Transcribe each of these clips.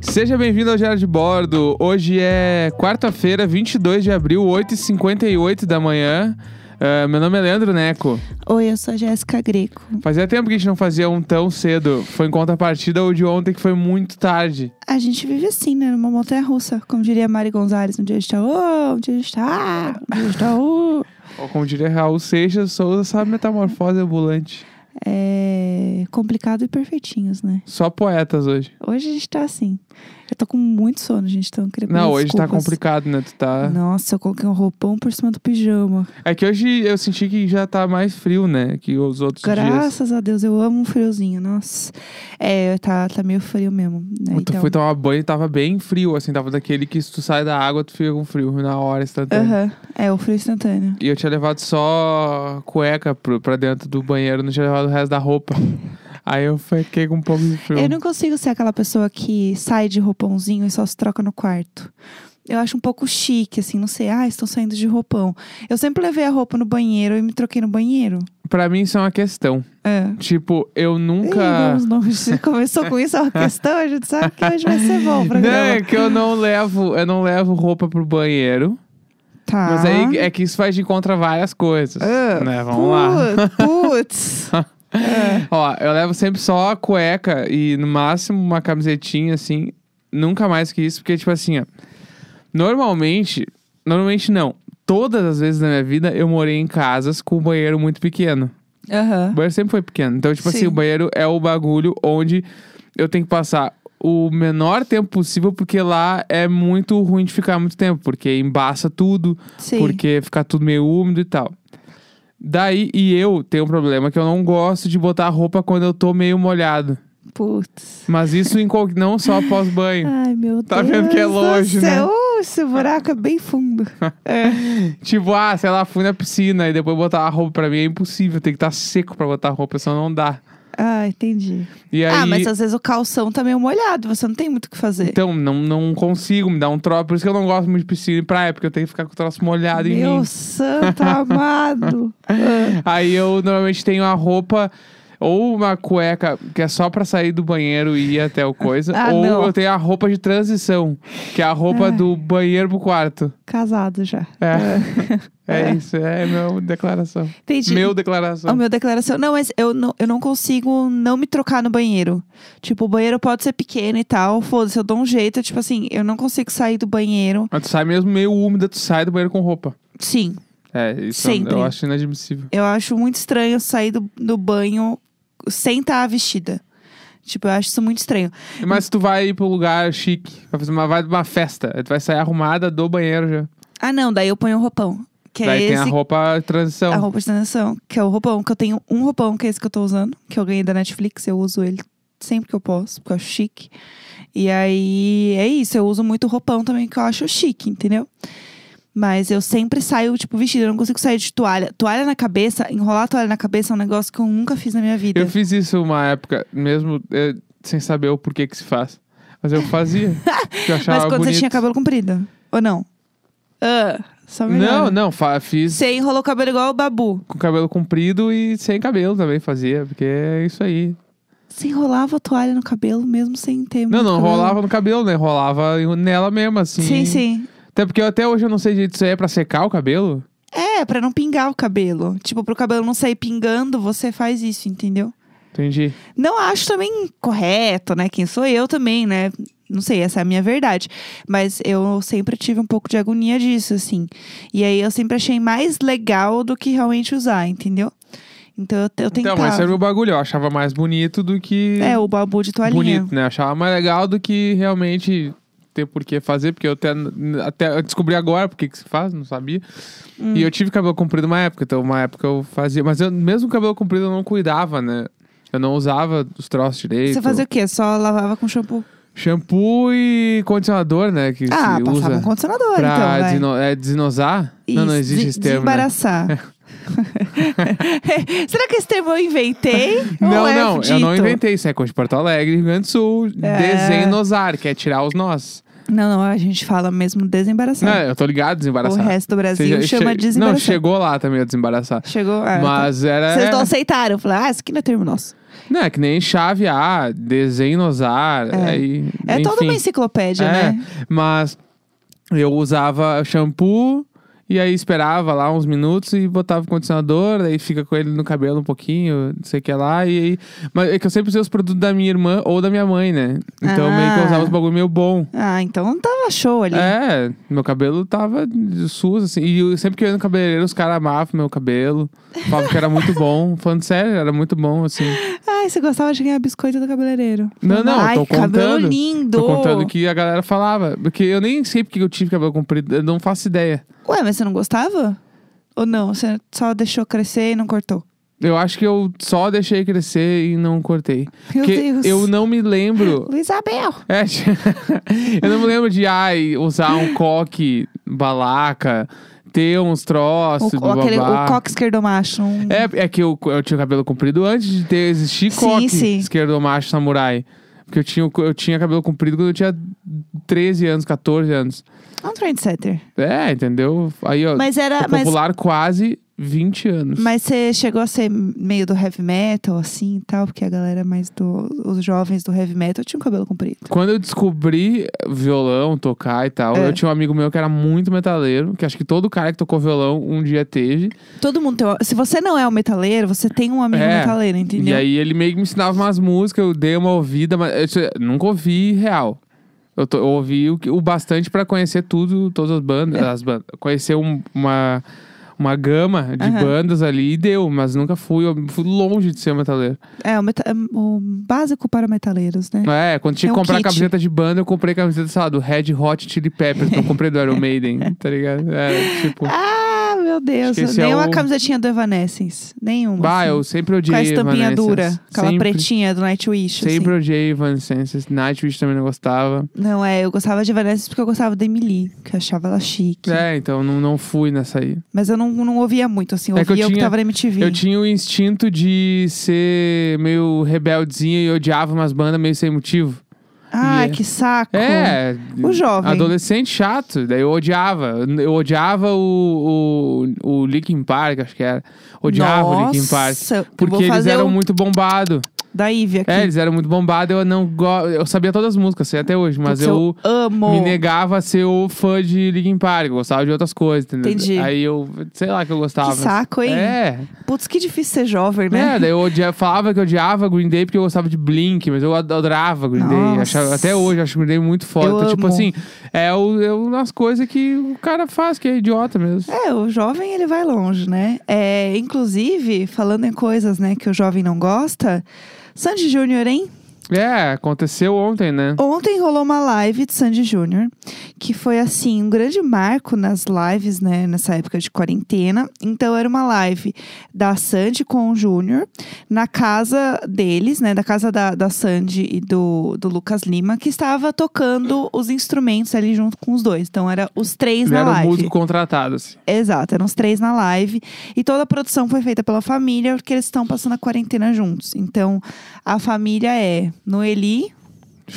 Seja bem-vindo ao Diário de Bordo. Hoje é quarta-feira, 22 de abril, 8h58 da manhã. Ah, meu nome é Leandro Neco. Oi, eu sou a Jéssica Greco. Fazia tempo que a gente não fazia um tão cedo. Foi em contrapartida ou de ontem que foi muito tarde. A gente vive assim, né? Numa montanha russa, como diria Mari Gonzalez. Um dia a gente tá oh, um dia a gente tá ah, um dia a gente tá uh. Ou como diria Raul Seixas, sou essa metamorfose ambulante. É complicado e perfeitinhos, né? Só poetas hoje. Hoje a gente tá assim. Eu tô com muito sono, gente. Então eu queria pedir Não, hoje tá desculpas. complicado, né? Tu tá. Nossa, eu coloquei um roupão por cima do pijama. É que hoje eu senti que já tá mais frio, né? Que os outros dias. Graças a Deus, eu amo um friozinho, nossa. É, tá, tá meio frio mesmo. Né? Eu Então, fui tomar banho e tava bem frio, assim, tava daquele que se tu sai da água, tu fica com frio na hora instantânea. Aham. É, o frio instantâneo. E eu tinha levado só cueca pro, pra dentro do banheiro, não tinha levado o resto da roupa. Aí eu fiquei com um pouco de frio. Eu não consigo ser aquela pessoa que sai de roupãozinho e só se troca no quarto. Eu acho um pouco chique, assim, não sei, ah, estão saindo de roupão. Eu sempre levei a roupa no banheiro e me troquei no banheiro. Pra mim isso é uma questão. É. Tipo, eu Ih, nunca. vamos longe. Você começou com isso, é uma questão, a gente sabe que hoje vai ser bom pra Não, é que eu não levo, eu não levo roupa pro banheiro. Tá. Mas aí é que isso faz de contra várias coisas. Ah, né? Vamos lá. pu- Putz. É. Ó, eu levo sempre só a cueca e no máximo uma camisetinha, assim. Nunca mais que isso, porque, tipo assim, ó. Normalmente, normalmente não. Todas as vezes na minha vida eu morei em casas com um banheiro muito pequeno. Aham. O banheiro sempre foi pequeno. Então, tipo assim, Sim. o banheiro é o bagulho onde eu tenho que passar o menor tempo possível, porque lá é muito ruim de ficar muito tempo, porque embaça tudo Sim. porque fica tudo meio úmido e tal. Daí, e eu tenho um problema que eu não gosto de botar roupa quando eu tô meio molhado. Putz. Mas isso em qual- não só pós-banho. Ai, meu Tá Deus. vendo que é do longe, né? céu. Uh, Esse buraco é bem fundo. Tipo, ah, sei lá, fui na piscina e depois botar a roupa pra mim é impossível. Tem que estar seco pra botar roupa, senão não dá. Ah, entendi. E aí. Ah, mas às vezes o calção tá meio molhado, você não tem muito o que fazer. Então, não, não consigo me dar um troço. Por isso que eu não gosto muito de piscina e praia, porque eu tenho que ficar com o troço molhado em mim. Meu santo amado. Ah, Aí eu normalmente tenho a roupa ou uma cueca que é só pra sair do banheiro e ir até o coisa, Ah, ou não. eu tenho a roupa de transição, que é a roupa do banheiro pro quarto. casado já. É. É, isso, é meu declaração. Entendi. Meu A declaração. minha declaração. Não, mas eu não, eu não consigo não me trocar no banheiro. Tipo, o banheiro pode ser pequeno e tal. Foda-se, eu dou um jeito. Tipo assim, eu não consigo sair do banheiro. Mas tu sai mesmo meio úmida, tu sai do banheiro com roupa. Sim, É, isso Sempre. eu acho inadmissível. eu acho muito estranho sair do, do banho sem estar vestida. Tipo, eu acho isso muito estranho. Mas tu vai ir pro lugar chique, vai fazer uma, vai pra uma festa, aí tu vai sair arrumada do banheiro já. Ah, não, daí eu ponho o roupão. Que Daí é tem esse a roupa de transição. A roupa de transição, que é o roupão, que eu tenho um roupão, que é esse que eu tô usando, que eu ganhei da Netflix, eu uso ele sempre que eu posso, porque eu acho chique. E aí é isso, eu uso muito roupão também, que eu acho chique, entendeu? Mas eu sempre saio, tipo, vestida, eu não consigo sair de toalha. Toalha na cabeça, enrolar toalha na cabeça é um negócio que eu nunca fiz na minha vida. Eu fiz isso uma época, mesmo eh, sem saber o porquê que se faz. Mas eu fazia. porque eu achava Mas quando bonito. você tinha cabelo comprido, ou não? Ah, só melhor. Não, não, fa- fiz Você enrolou o cabelo igual o babu. com cabelo comprido e sem cabelo também fazia, porque é isso aí. Você enrolava a toalha no cabelo mesmo sem ter Não, muito não cabelo? rolava no cabelo, né? Rolava em- nela mesmo, assim. Sim, sim. Até porque eu- até hoje eu não sei direito se é pra secar o cabelo. É, pra não pingar o cabelo. Tipo, pro cabelo não sair pingando, você faz isso, entendeu? Entendi. Não acho também correto, né? Quem sou eu também, né? Não sei, essa é a minha verdade. Mas eu sempre tive um pouco de agonia disso, assim. E aí eu sempre achei mais legal do que realmente usar, entendeu? Então eu, eu tentava. Então, mas esse era o meu bagulho. Eu achava mais bonito do que. É, o babu de toalhinha. bonito, né? Eu achava mais legal do que realmente ter por que fazer, porque eu até, até eu descobri agora porque que se faz, não sabia. Hum. E eu tive cabelo comprido uma época, então uma época eu fazia, mas eu, mesmo cabelo comprido eu não cuidava, né? Eu não usava os troços direito. Você fazia o quê? Só lavava com shampoo? Shampoo e condicionador, né? Que ah, se passava usa um condicionador, pra então. vai. desino- é, desenosar? Não, não Isso, existe de- esse termo. né? Desembaraçar. Será que esse termo eu inventei? Não, ou é não, eu não dito? inventei. Isso é coisa de Porto Alegre, Rio Grande do Sul. Desenosar, que é tirar os nós. Não, não, a gente fala mesmo Não, desembaraçar. eu tô ligado, o desembaraçar. resto do Brasil Seja- chama che- desembaraçar. Não, chegou lá também a desembaraçar. Chegou. ah, tá. Mas era. Vocês não aceitaram. Falaram, ah, isso aqui não é termo nosso. Não, é que nem chave A, desenhosar. É. Aí, É toda enfim. uma enciclopédia, É, né? Mas eu usava shampoo e aí esperava lá uns minutos e botava o condicionador, aí fica com ele no cabelo um pouquinho, não sei o que lá. E aí- Mas é que eu sempre usei os produtos da minha irmã ou da minha mãe, né? Então Ah. meio que eu usava os bagulho meio bom. Ah, então tava show ali. É, meu cabelo tava de SUS, assim. E eu- sempre que eu ia no cabeleireiro, os caras amavam meu cabelo. Falavam que era muito bom. Falando sério, era muito bom, assim. Ai, você gostava de ganhar biscoito do cabeleireiro. Não, não, Ai, tô que cabelo contando. lindo. Tô contando o que a galera falava. Porque eu nem sei porque eu tive cabelo comprido, eu não faço ideia. Ué, mas você não gostava? Ou não? Você só deixou crescer e não cortou? Eu acho que eu só deixei crescer e não cortei. Meu Porque Deus. eu não me lembro. Luizabel! É, eu não me lembro de ai, usar um coque balaca, ter uns troços, O, o, blá, blá, aquele, blá. o coque esquerdomacho. Um... É, é que eu, eu tinha cabelo comprido antes de ter existir Sim, coque sim. esquerdo macho samurai. Porque eu tinha, o co- eu tinha cabelo comprido quando eu tinha 13 anos, 14 anos. É um trendsetter. É, entendeu? Aí, ó, Mas era. tô Mas, popular quase 20 anos. mas você chegou a ser meio do heavy metal, assim e tal, porque a galera mais do. Os jovens do heavy metal tinham cabelo comprido. Quando eu descobri violão, tocar e tal, É. eu tinha um amigo meu que era muito metaleiro, que acho que todo cara que tocou violão um dia teve. Todo mundo tem. Se você não é um metaleiro, você tem um amigo É. metaleiro, entendeu? E aí ele meio que me ensinava umas músicas, eu dei uma ouvida, mas eu tinha- nunca ouvi real. Eu, to- eu ouvi o, que- o bastante pra conhecer tudo, todas as bandas, É. as bandas. Conhecer um- uma, uma gama de Aham. bandas ali e deu, mas nunca fui, eu fui longe de ser um metaleiro. É, o, meta- o básico para metaleiros, né? É, quando tinha É que um comprar kit. camiseta de banda, eu comprei camiseta, sei lá, do Red Hot Chili Peppers, que eu comprei do Iron Maiden, tá ligado? É, tipo... Ah, meu Deus. Acho que esse é Nenhuma o- camisetinha do Evanescence. Nenhuma. Bah, assim. eu sempre odiei Com a estampinha Evanescence. dura. Aquela sempre, pretinha do Nightwish. assim. Sempre odiei Evanescence. Nightwish também não gostava. Não, é, eu gostava de Evanescence porque eu gostava da Emily, que eu achava ela chique. É, então não, não fui nessa aí. Mas eu não, não ouvia muito, assim. Eu É que eu ouvia o que tinha- tava na MTV. Eu tinha o instinto de ser meio rebeldezinho e odiava umas bandas meio sem motivo. Ah, Yeah. que saco. É. O jovem. Adolescente chato. Daí eu odiava. Eu odiava o, o, o Linkin Park, acho que era. Odiava o Linkin Park. Nossa, eu Porque vou eles fazer um eram o muito bombados. da Ivy aqui. É, eles eram muito bombados. Eu não go... Eu sabia todas as músicas, sei até hoje, mas Putz, eu amo. me negava a ser o fã de Linkin Park, eu gostava de outras coisas, entendeu? Entendi. Aí eu, sei lá que eu gostava. Que saco, hein? É, Putz, que difícil ser jovem, né? né? Daí eu odia- falava que eu odiava Green Day porque eu gostava de Blink, mas eu adorava Green Day. Nossa. Achava- até hoje eu acho Green Day muito foda. Eu Então, tipo amo. assim, é, o, é umas coisas que o cara faz, que é idiota mesmo. É, o jovem ele vai longe, né? É, inclusive, falando em coisas, né, que o jovem não gosta, Sandy Júnior, hein? É, aconteceu ontem, né? Ontem rolou uma live de Sandy Júnior, que foi assim, um grande marco nas lives, né, nessa época de quarentena. Então era uma live da Sandy com o Júnior na casa deles, né, da casa da, da Sandy e do, do Lucas Lima, que estava tocando os instrumentos ali junto com os dois. Então era os três Ele na era um live. músico contratado, assim. Exato, eram os três na live. E toda a produção foi feita pela família, porque eles estão passando a quarentena juntos. Então, a família é Noeli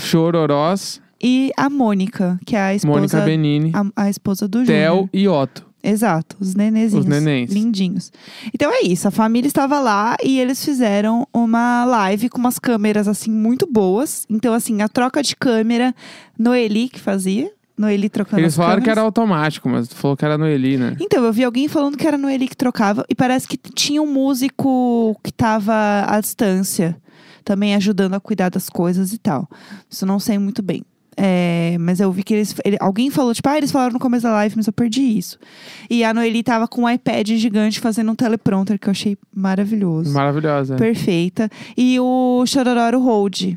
Chororós, e a Mônica, que é a esposa, Mônica Benini, a, a esposa do Theo Júnior. e Otto. Exato, os nenezinhos. Os nenéns. Lindinhos. Então é isso, a família estava lá e eles fizeram uma live com umas câmeras, assim, muito boas. Então, assim, a troca de câmera, Noeli que fazia, Noeli trocando Eles as falaram que câmeras. era automático, mas tu falou que era Noeli, né? Então, eu vi alguém falando que era no Eli que trocava. E parece que tinha um músico que tava à distância. Também ajudando a cuidar das coisas e tal. Isso eu não sei muito bem. É, mas eu vi que eles. ele- alguém falou, tipo, ah, eles falaram no começo da live, mas eu perdi isso. E a Noeli tava com um iPad gigante fazendo um teleprompter, que eu achei maravilhoso. Maravilhosa. Perfeita. E o Chororó era o Hold,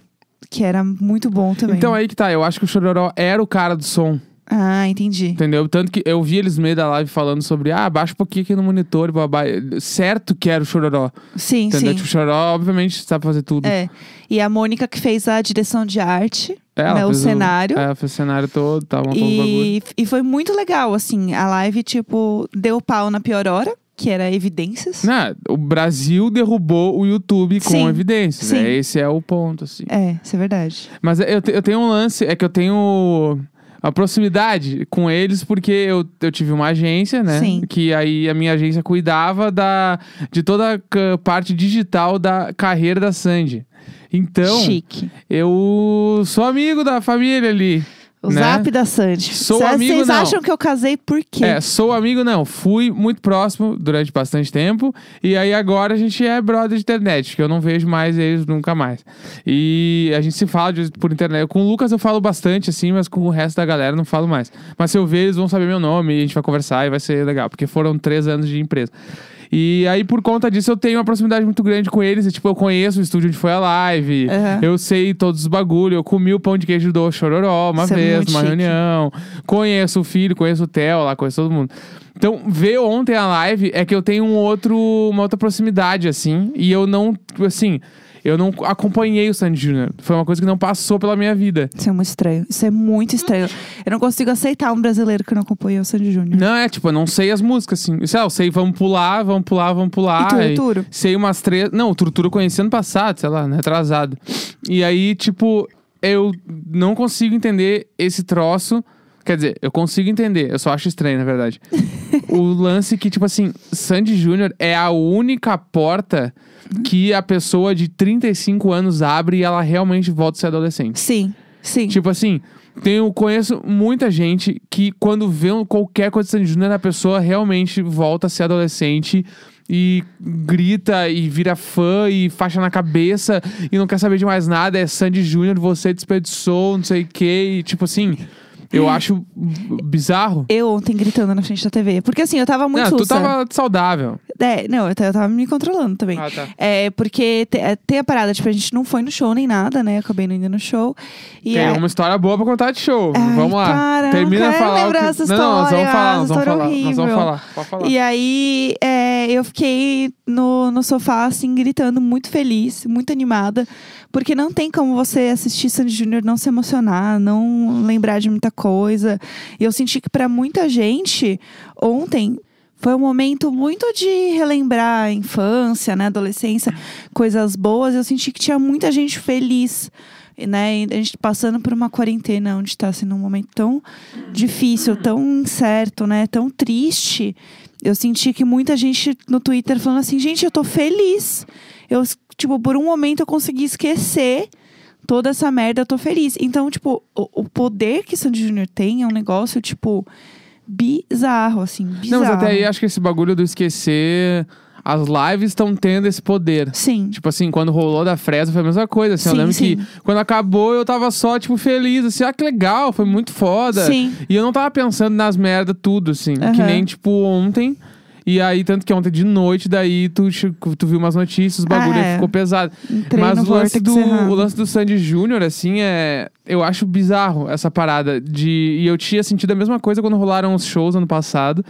que era muito bom também. Então aí que tá, eu acho que o Chororó era o cara do som, Ah, entendi. entendeu? Tanto que eu vi eles no meio da live falando sobre, ah, baixa um pouquinho aqui no monitor, e babá. Certo que era o Chororó, Sim, entendeu? sim. Tipo, o Chororó, obviamente, sabe fazer tudo. É. E a Mônica que fez a direção de arte, Ela né, o fez cenário. É, fez o cenário todo, tá, uma bagulho. E, e foi muito legal, assim. A live, tipo, deu pau na pior hora, que era evidências. Né, o Brasil derrubou o YouTube com Sim. evidências. Sim. É, esse é o ponto, assim. É, isso é verdade. Mas eu, te- eu tenho um lance, é que eu tenho a proximidade com eles, porque eu, eu tive uma agência, né? Sim. Que aí a minha agência cuidava da, de toda a ca- parte digital da carreira da Sandy. Então, Chique. eu sou amigo da família ali. O né? zap da Sandy. Sou Cê- amigo, Vocês não. acham que eu casei por quê? É, sou amigo não, fui muito próximo durante bastante tempo e aí agora a gente é brother de internet, que eu não vejo mais eles nunca mais. E a gente se fala de- por internet. Com o Lucas eu falo bastante assim, mas com o resto da galera eu não falo mais. Mas se eu ver eles vão saber meu nome e a gente vai conversar e vai ser legal, porque foram três anos de empresa. E aí, por conta disso, eu tenho uma proximidade muito grande com eles. E, tipo, eu conheço o estúdio onde foi a live. Aham. Eu sei todos os bagulho. Eu comi o pão de queijo do Chororó uma Isso é vez, muito numa chique. reunião. Conheço o filho, conheço o Theo lá, conheço todo mundo. Então, ver ontem a live é que eu tenho um outro, uma outra proximidade, assim. E eu não, assim, eu não acompanhei o Sandy Júnior. Foi uma coisa que não passou pela minha vida. Isso é muito estranho. Isso é muito estranho. Eu não consigo aceitar um brasileiro que não acompanhou o Sandy Júnior. Não, é tipo, eu não sei as músicas, assim. Sei lá, eu sei, vamos pular, vamos pular, vamos pular. E tu, e- Arturo? Sei umas três. Não, o Turturo eu conheci ano passado, sei lá, né? Atrasado. E aí, tipo, eu não consigo entender esse troço. Quer dizer, eu consigo entender, eu só acho estranho, na verdade. o lance que, tipo assim, Sandy Júnior é a única porta que a pessoa de 35 anos abre e ela realmente volta a ser adolescente. Sim, sim. Tipo assim, tenho, conheço muita gente que quando vê um- qualquer coisa de Sandy Júnior, a pessoa realmente volta a ser adolescente e grita e vira fã e faixa na cabeça e não quer saber de mais nada. É Sandy Júnior, você desperdiçou, não sei o que. E, tipo assim, eu Hum. acho b- bizarro. Eu ontem gritando na frente da TV. Porque assim, eu tava muito não, tu sussa. tava saudável. É, não, eu, ta- eu tava me controlando também. Ah, tá. É, porque te- é, tem a parada, tipo, a gente não foi no show nem nada, né? Eu acabei não indo no show. E Tem é- uma história boa pra contar de show. Ai, vamos lá. para, eu Termina não de quero falar. o lembrar que- essa não, não, nós história, vamos falar, essa nós vamos história é falar. Nós vamos horrível. falar. Pode falar. E aí, é, eu fiquei no, no sofá, assim, gritando, muito feliz, muito animada. Porque não tem como você assistir Sandy Júnior não se emocionar, não lembrar de muita coisa. E eu senti que pra muita gente, ontem. Foi um momento muito de relembrar a infância, né, adolescência, coisas boas. Eu senti que tinha muita gente feliz, né? E A gente passando por uma quarentena onde está sendo um momento tão difícil, tão incerto, né? Tão triste. Eu senti que muita gente no Twitter falando assim, gente, eu tô feliz. Eu, tipo, por um momento eu consegui esquecer toda essa merda, eu tô feliz. Então, tipo, o, o poder que Sandy Júnior tem é um negócio, tipo, bizarro, assim, Não, bizarro. mas até aí é acho que esse bagulho do esquecer. As lives estão tendo esse poder. Sim. Tipo assim, quando rolou da Fresno foi a mesma coisa. Assim, eu Sim, lembro sim. que quando acabou eu tava só, tipo, feliz. Assim, ah, que legal, foi muito foda. Sim. E eu não tava pensando nas merda tudo, assim. Que Aham. nem, tipo, ontem. E aí, tanto que ontem de noite, daí tu, che- tu viu umas notícias, o bagulho Ah, aí é. ficou pesado. Entrei Mas no o lance, vórtex do, errado. o lance do Sandy Júnior, assim, é. Eu acho bizarro essa parada. De, e eu tinha sentido a mesma coisa quando rolaram os shows ano passado.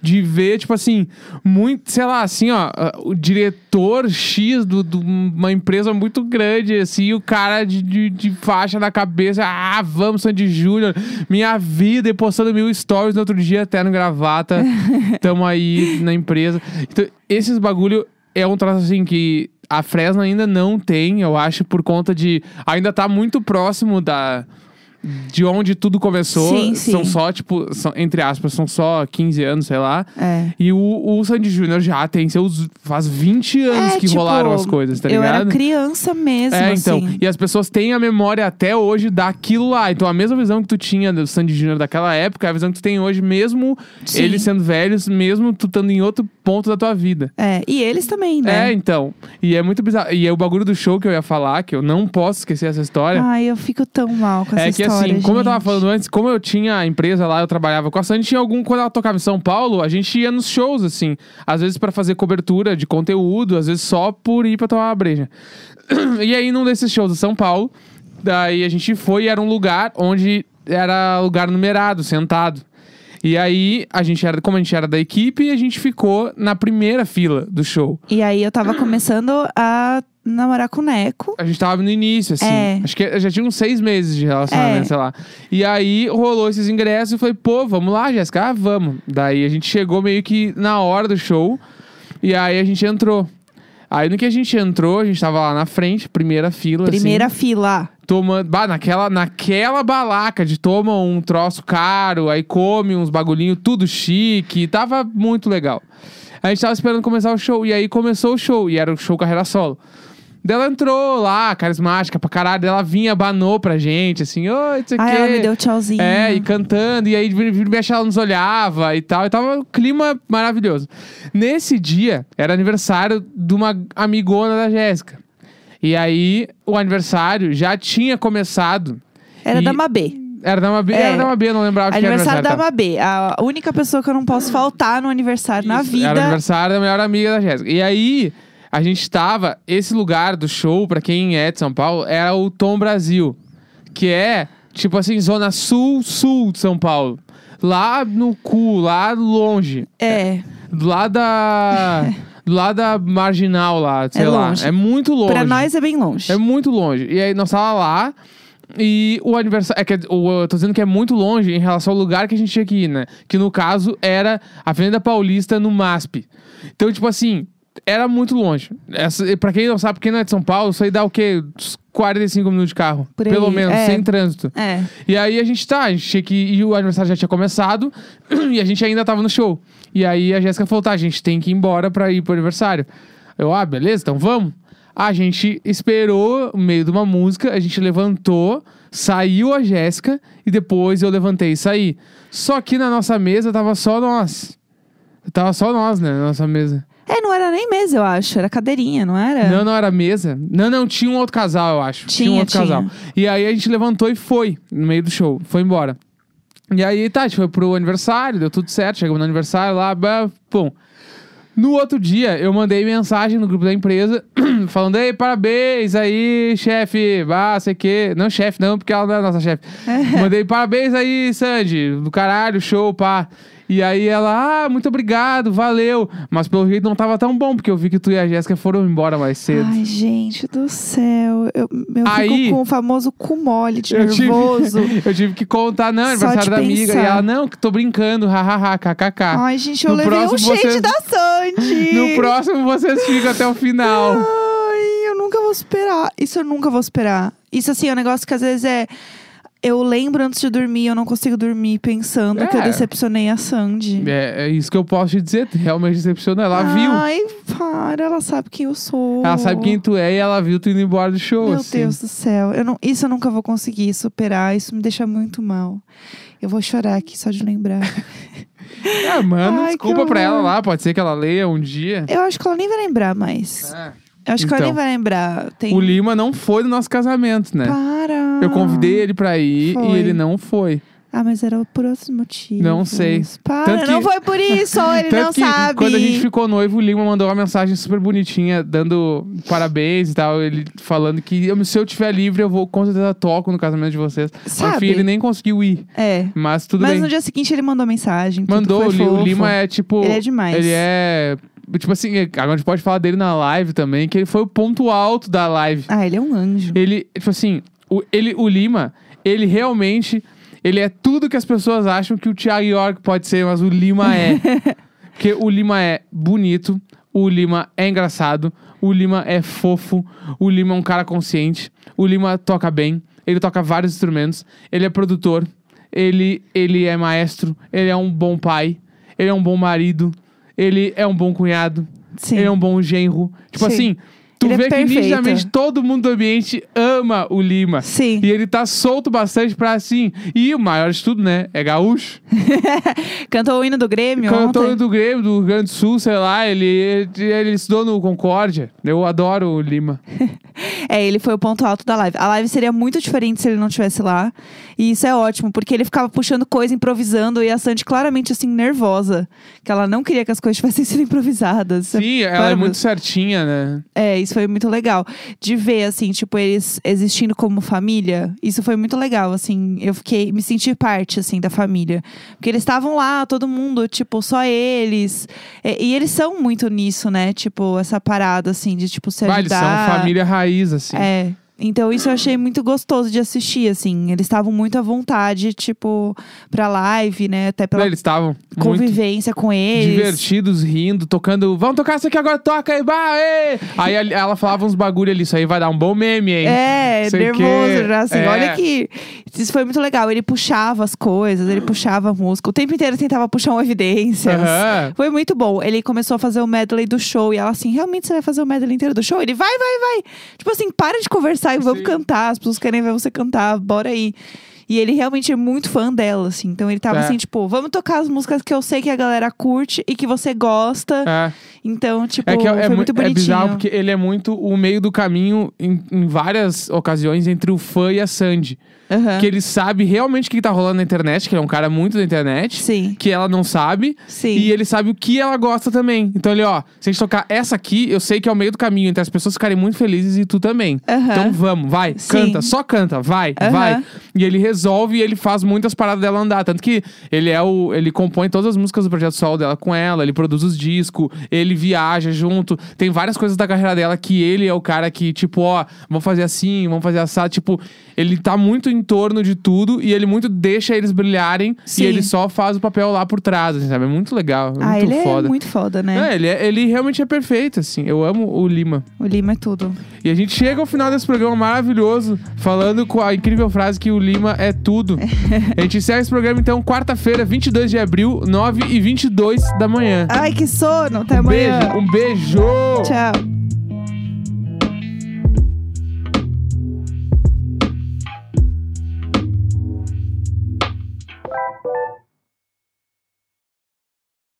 De ver, tipo assim, muito, sei lá, assim, ó, ah, o diretor X de do, do uma empresa muito grande, assim, e o cara de, de, de faixa na cabeça, ah, vamos, Sandy Júnior, minha vida, e postando mil stories no outro dia, até no gravata, tamo aí na empresa. Então, esses bagulho é um troço assim que a Fresno ainda não tem, eu acho, por conta de. Ainda tá muito próximo da. De onde tudo começou. Sim, sim. São só, tipo, são- entre aspas, são só 15 anos, sei lá. É. E o, o Sandy Júnior já tem seus. Faz 20 anos É, que tipo, rolaram as coisas, tá eu ligado? era criança mesmo, É, então. assim. E as pessoas têm a memória até hoje daquilo lá. Então, a mesma visão que tu tinha do Sandy Júnior daquela época, é a visão que tu tem hoje, mesmo Sim. eles sendo velhos, mesmo tu estando em outro ponto da tua vida. É, e eles também, né? É, então. E é muito bizarro. E é o bagulho do show que eu ia falar, que eu não posso esquecer essa história. Ai, eu fico tão mal Ah, com essa é que história, assim, como eu tava gente. falando antes, como eu tinha a empresa lá, eu trabalhava com a Sandy, tinha algum. Quando ela tocava em São Paulo, a gente ia nos shows, assim. Às vezes pra fazer cobertura de conteúdo, às vezes só por ir pra tomar uma breja. E aí, num desses shows de São Paulo, daí a gente foi e era um lugar onde era lugar numerado, sentado. E aí, a gente era, como a gente era da equipe, a gente ficou na primeira fila do show. E aí eu tava começando a namorar com o Neco. A gente tava no início, assim. É. Acho que já tinha uns seis meses de relacionamento, É. sei lá. E aí rolou esses ingressos e falei, pô, vamos lá, Jéssica, ah, vamos. Daí a gente chegou meio que na hora do show. E aí a gente entrou. Aí no que a gente entrou, a gente tava lá na frente, primeira fila. assim, Primeira fila. tomando. Bah, naquela, naquela balaca de toma um troço caro, aí come uns bagulhinho tudo chique. Tava muito legal. A gente tava esperando começar o show. E aí começou o show. E era o show carreira solo. Daí ela entrou lá, carismática pra caralho. daí Ela vinha, abanou pra gente, assim, oi, não sei o Ah, quê. ela me deu tchauzinho. É, e cantando, e aí vira vira e mexe ela nos olhava e tal. E tava um clima maravilhoso. Nesse dia, era aniversário de uma amigona da Jéssica. E aí, o aniversário já tinha começado. Era e- da Mabê. Era da Mabê, É. era da Mabê, não lembrava de que era Aniversário aniversário. tá? da tava. Mabê. A única pessoa que eu não posso faltar no aniversário na Isso, vida. Era aniversário da melhor amiga da Jéssica. E aí, a gente tava. Esse lugar do show, pra quem é de São Paulo, era o Tom Brasil. Que é, tipo assim, zona sul-sul de São Paulo. Lá no cu, lá longe. É. Do lado da. do lado da marginal lá, sei lá. longe. É muito longe. Pra nós é bem longe. É muito longe. E aí nós tava lá. E o aniversário. É que o- eu tô dizendo que é muito longe em relação ao lugar que a gente tinha que ir, né? Que no caso era a Avenida Paulista no MASP. Então, tipo assim, era muito longe. Essa, e pra quem não sabe, quem não é de São Paulo, isso aí dá o quê? Uns 45 minutos de carro. Por aí, Pelo menos, é. sem trânsito. É. E aí a gente tá, a gente tinha que. E o aniversário já tinha começado e a gente ainda tava no show. E aí a Jéssica falou: tá, a gente tem que ir embora pra ir pro aniversário. Eu, ah, beleza, então vamos. A gente esperou no meio de uma música, a gente levantou, saiu a Jéssica e depois eu levantei e saí. Só que na nossa mesa tava só nós. Tava só nós, né, na nossa mesa. É, não era nem mesa, eu acho. Era cadeirinha, não era? Não, não era mesa. Não, não, tinha um outro casal, eu acho. um É. Tinha, outro tinha. casal. E aí a gente levantou e foi no meio do show. Foi embora. E aí, tá, a gente foi pro aniversário, deu tudo certo. Chegamos no aniversário lá, bá, pum. No outro dia, eu mandei mensagem no grupo da empresa, falando, ei, parabéns aí, chefe, ah, sei que. Não, chefe, não, porque ela não é nossa chefe. mandei parabéns aí, Sandy, do caralho, show, pá. E aí ela, ah, muito obrigado, valeu. Mas pelo jeito não tava tão bom, porque eu vi que tu e a Jéssica foram embora mais cedo. Ai, gente do céu. Eu, eu Aí- fico com o famoso cu mole de Eu tive- nervoso. eu tive que contar, não, Só aniversário de da amiga. E pensar. ela, não, que tô brincando, hahaha, kkk. Ai, gente, eu Ah, No levei um próximo shade você- da Sandy. No próximo vocês ficam até o final. Ai, eu nunca vou superar. Isso eu nunca vou superar. Isso, assim, é um negócio que às vezes é. Eu lembro antes de dormir, eu não consigo dormir pensando que eu É. decepcionei a Sandy. É, é isso que eu posso te dizer. Realmente decepcionou. Ela viu. Ai, para, ela sabe quem eu sou. Ela sabe quem tu é e ela viu tu indo embora do show. Ah. Meu assim. Deus do céu. Eu não, isso eu nunca vou conseguir superar. Isso me deixa muito mal. Eu vou chorar aqui só de lembrar. Ah, mano, Ai, que desculpa pra ela horror. lá. Pode ser que ela leia um dia. eu acho que ela nem vai lembrar mais. É. Eu acho que ela Então. nem vai lembrar. Tem... O Lima não foi do nosso casamento, né? Para. Eu convidei ele pra ir e Ah. Foi. ele não foi. Ah, mas era por outros motivos. né? Não sei. Para, Tanto que- não foi por isso, ele Tanto não que sabe. quando a gente ficou noivo, o Lima mandou uma mensagem super bonitinha, dando parabéns e tal. Ele falando que eu- se eu tiver livre, eu vou com certeza toco no casamento de vocês. Sabe? Enfim, ele nem conseguiu ir. É. Mas tudo mas bem. no dia seguinte ele mandou mensagem. tudo Mandou, foi o Li- o fofo. Lima é tipo. Ele é demais. Ele é. Tipo assim, agora a gente pode falar dele na live também, que ele foi o ponto alto da live. Ah, ele é um anjo. Ele, tipo assim, o, ele, o Lima, ele realmente. Ele é tudo que as pessoas acham que o Thiago York pode ser, mas o Lima é. Porque o Lima é bonito, o Lima é engraçado, o Lima é fofo, o Lima é um cara consciente, o Lima toca bem, ele toca vários instrumentos, ele é produtor, ele, ele é maestro, ele é um bom pai, ele é um bom marido, ele é um bom cunhado, Sim. ele é um bom genro. Tipo Sim. assim, tu Ele é vê que perfeito. nitidamente todo mundo do ambiente ama o Lima. Sim. E ele tá solto bastante pra assim. E o maior de tudo, né? É gaúcho. Cantou o hino do Grêmio Cantor ontem. do Grêmio, do Rio Grande do Sul, sei lá. Ele, ele estudou no Concórdia. Eu adoro o Lima. É, ele foi o ponto alto da live. A live seria muito diferente se ele não tivesse lá. E isso é ótimo, porque ele ficava puxando coisa, improvisando, e a Sandy claramente, assim, nervosa. Que ela não queria que as coisas tivessem sido improvisadas. Isso é Sim, ela é bárbaro. muito certinha, né? É, isso foi muito legal. De ver, assim, tipo, eles existindo como família, isso foi muito legal, assim. Eu fiquei, me senti parte, assim, da família. Porque eles estavam lá, todo mundo, tipo, só eles. É, E, eles são muito nisso, né? Tipo, essa parada, assim, de, tipo, se Bah, ajudar. eles são família raiz, assim. É. Então isso eu achei muito gostoso de assistir, assim. Eles estavam muito à vontade, tipo, pra live, né? Até pela Não, Eles estavam muito convivência com eles. divertidos, rindo, tocando. Vamos tocar isso aqui agora, toca aí, bah, ê!" Aí ali- ela falava uns bagulho ali, isso aí vai dar um bom meme, hein? É, Sei nervoso, que- já, assim, é. olha que. Isso foi muito legal. Ele puxava as coisas, ele puxava a música. O tempo inteiro tentava puxar uma evidência. Aham. Foi muito bom. Ele começou a fazer o medley do show e ela assim, realmente você vai fazer o medley inteiro do show? Ele vai, vai, vai. Tipo assim, para de conversar e vamos Sim. cantar. As pessoas querem ver você cantar, bora aí. E ele realmente é muito fã dela, assim. Então ele tava É. assim, tipo, vamos tocar as músicas que eu sei que a galera curte e que você gosta. É. Então, tipo, É que é, é foi mu- muito é bonitinho. bizarro porque ele é muito o meio do caminho em, em várias ocasiões entre o fã e a Sandy. Aham. Que ele sabe realmente o que tá rolando na internet, que ele é um cara muito da internet. Sim, Que ela não sabe. sim. E ele sabe o que ela gosta também. Então ele, ó, se a gente tocar essa aqui, eu sei que é o meio do caminho entre as pessoas ficarem muito felizes e tu também. Aham. Então vamos, vai, Sim. canta, só canta, vai, Aham. vai. E ele resolve e ele faz muitas paradas dela andar. Tanto que ele é o. Ele compõe todas as músicas do projeto Sol dela com ela, ele produz os discos, ele viaja junto. Tem várias coisas da carreira dela que ele é o cara que, tipo, ó, vamos fazer assim, vamos fazer assado. Tipo, ele tá muito em torno de tudo e ele muito deixa eles brilharem Sim. e ele só faz o papel lá por trás, assim, sabe? É muito legal. É ah, muito ele foda. é muito foda, né? É, ele, é- ele realmente é perfeito, assim. Eu amo o Lima. O Lima é tudo. E a gente chega ao final desse programa maravilhoso, falando com a incrível frase que o Lima é tudo. a gente encerra esse programa, então, quarta-feira, 22 de abril, 9h22 da manhã. Ai, que sono! Até um amanhã. beijo, um beijo! Tchau.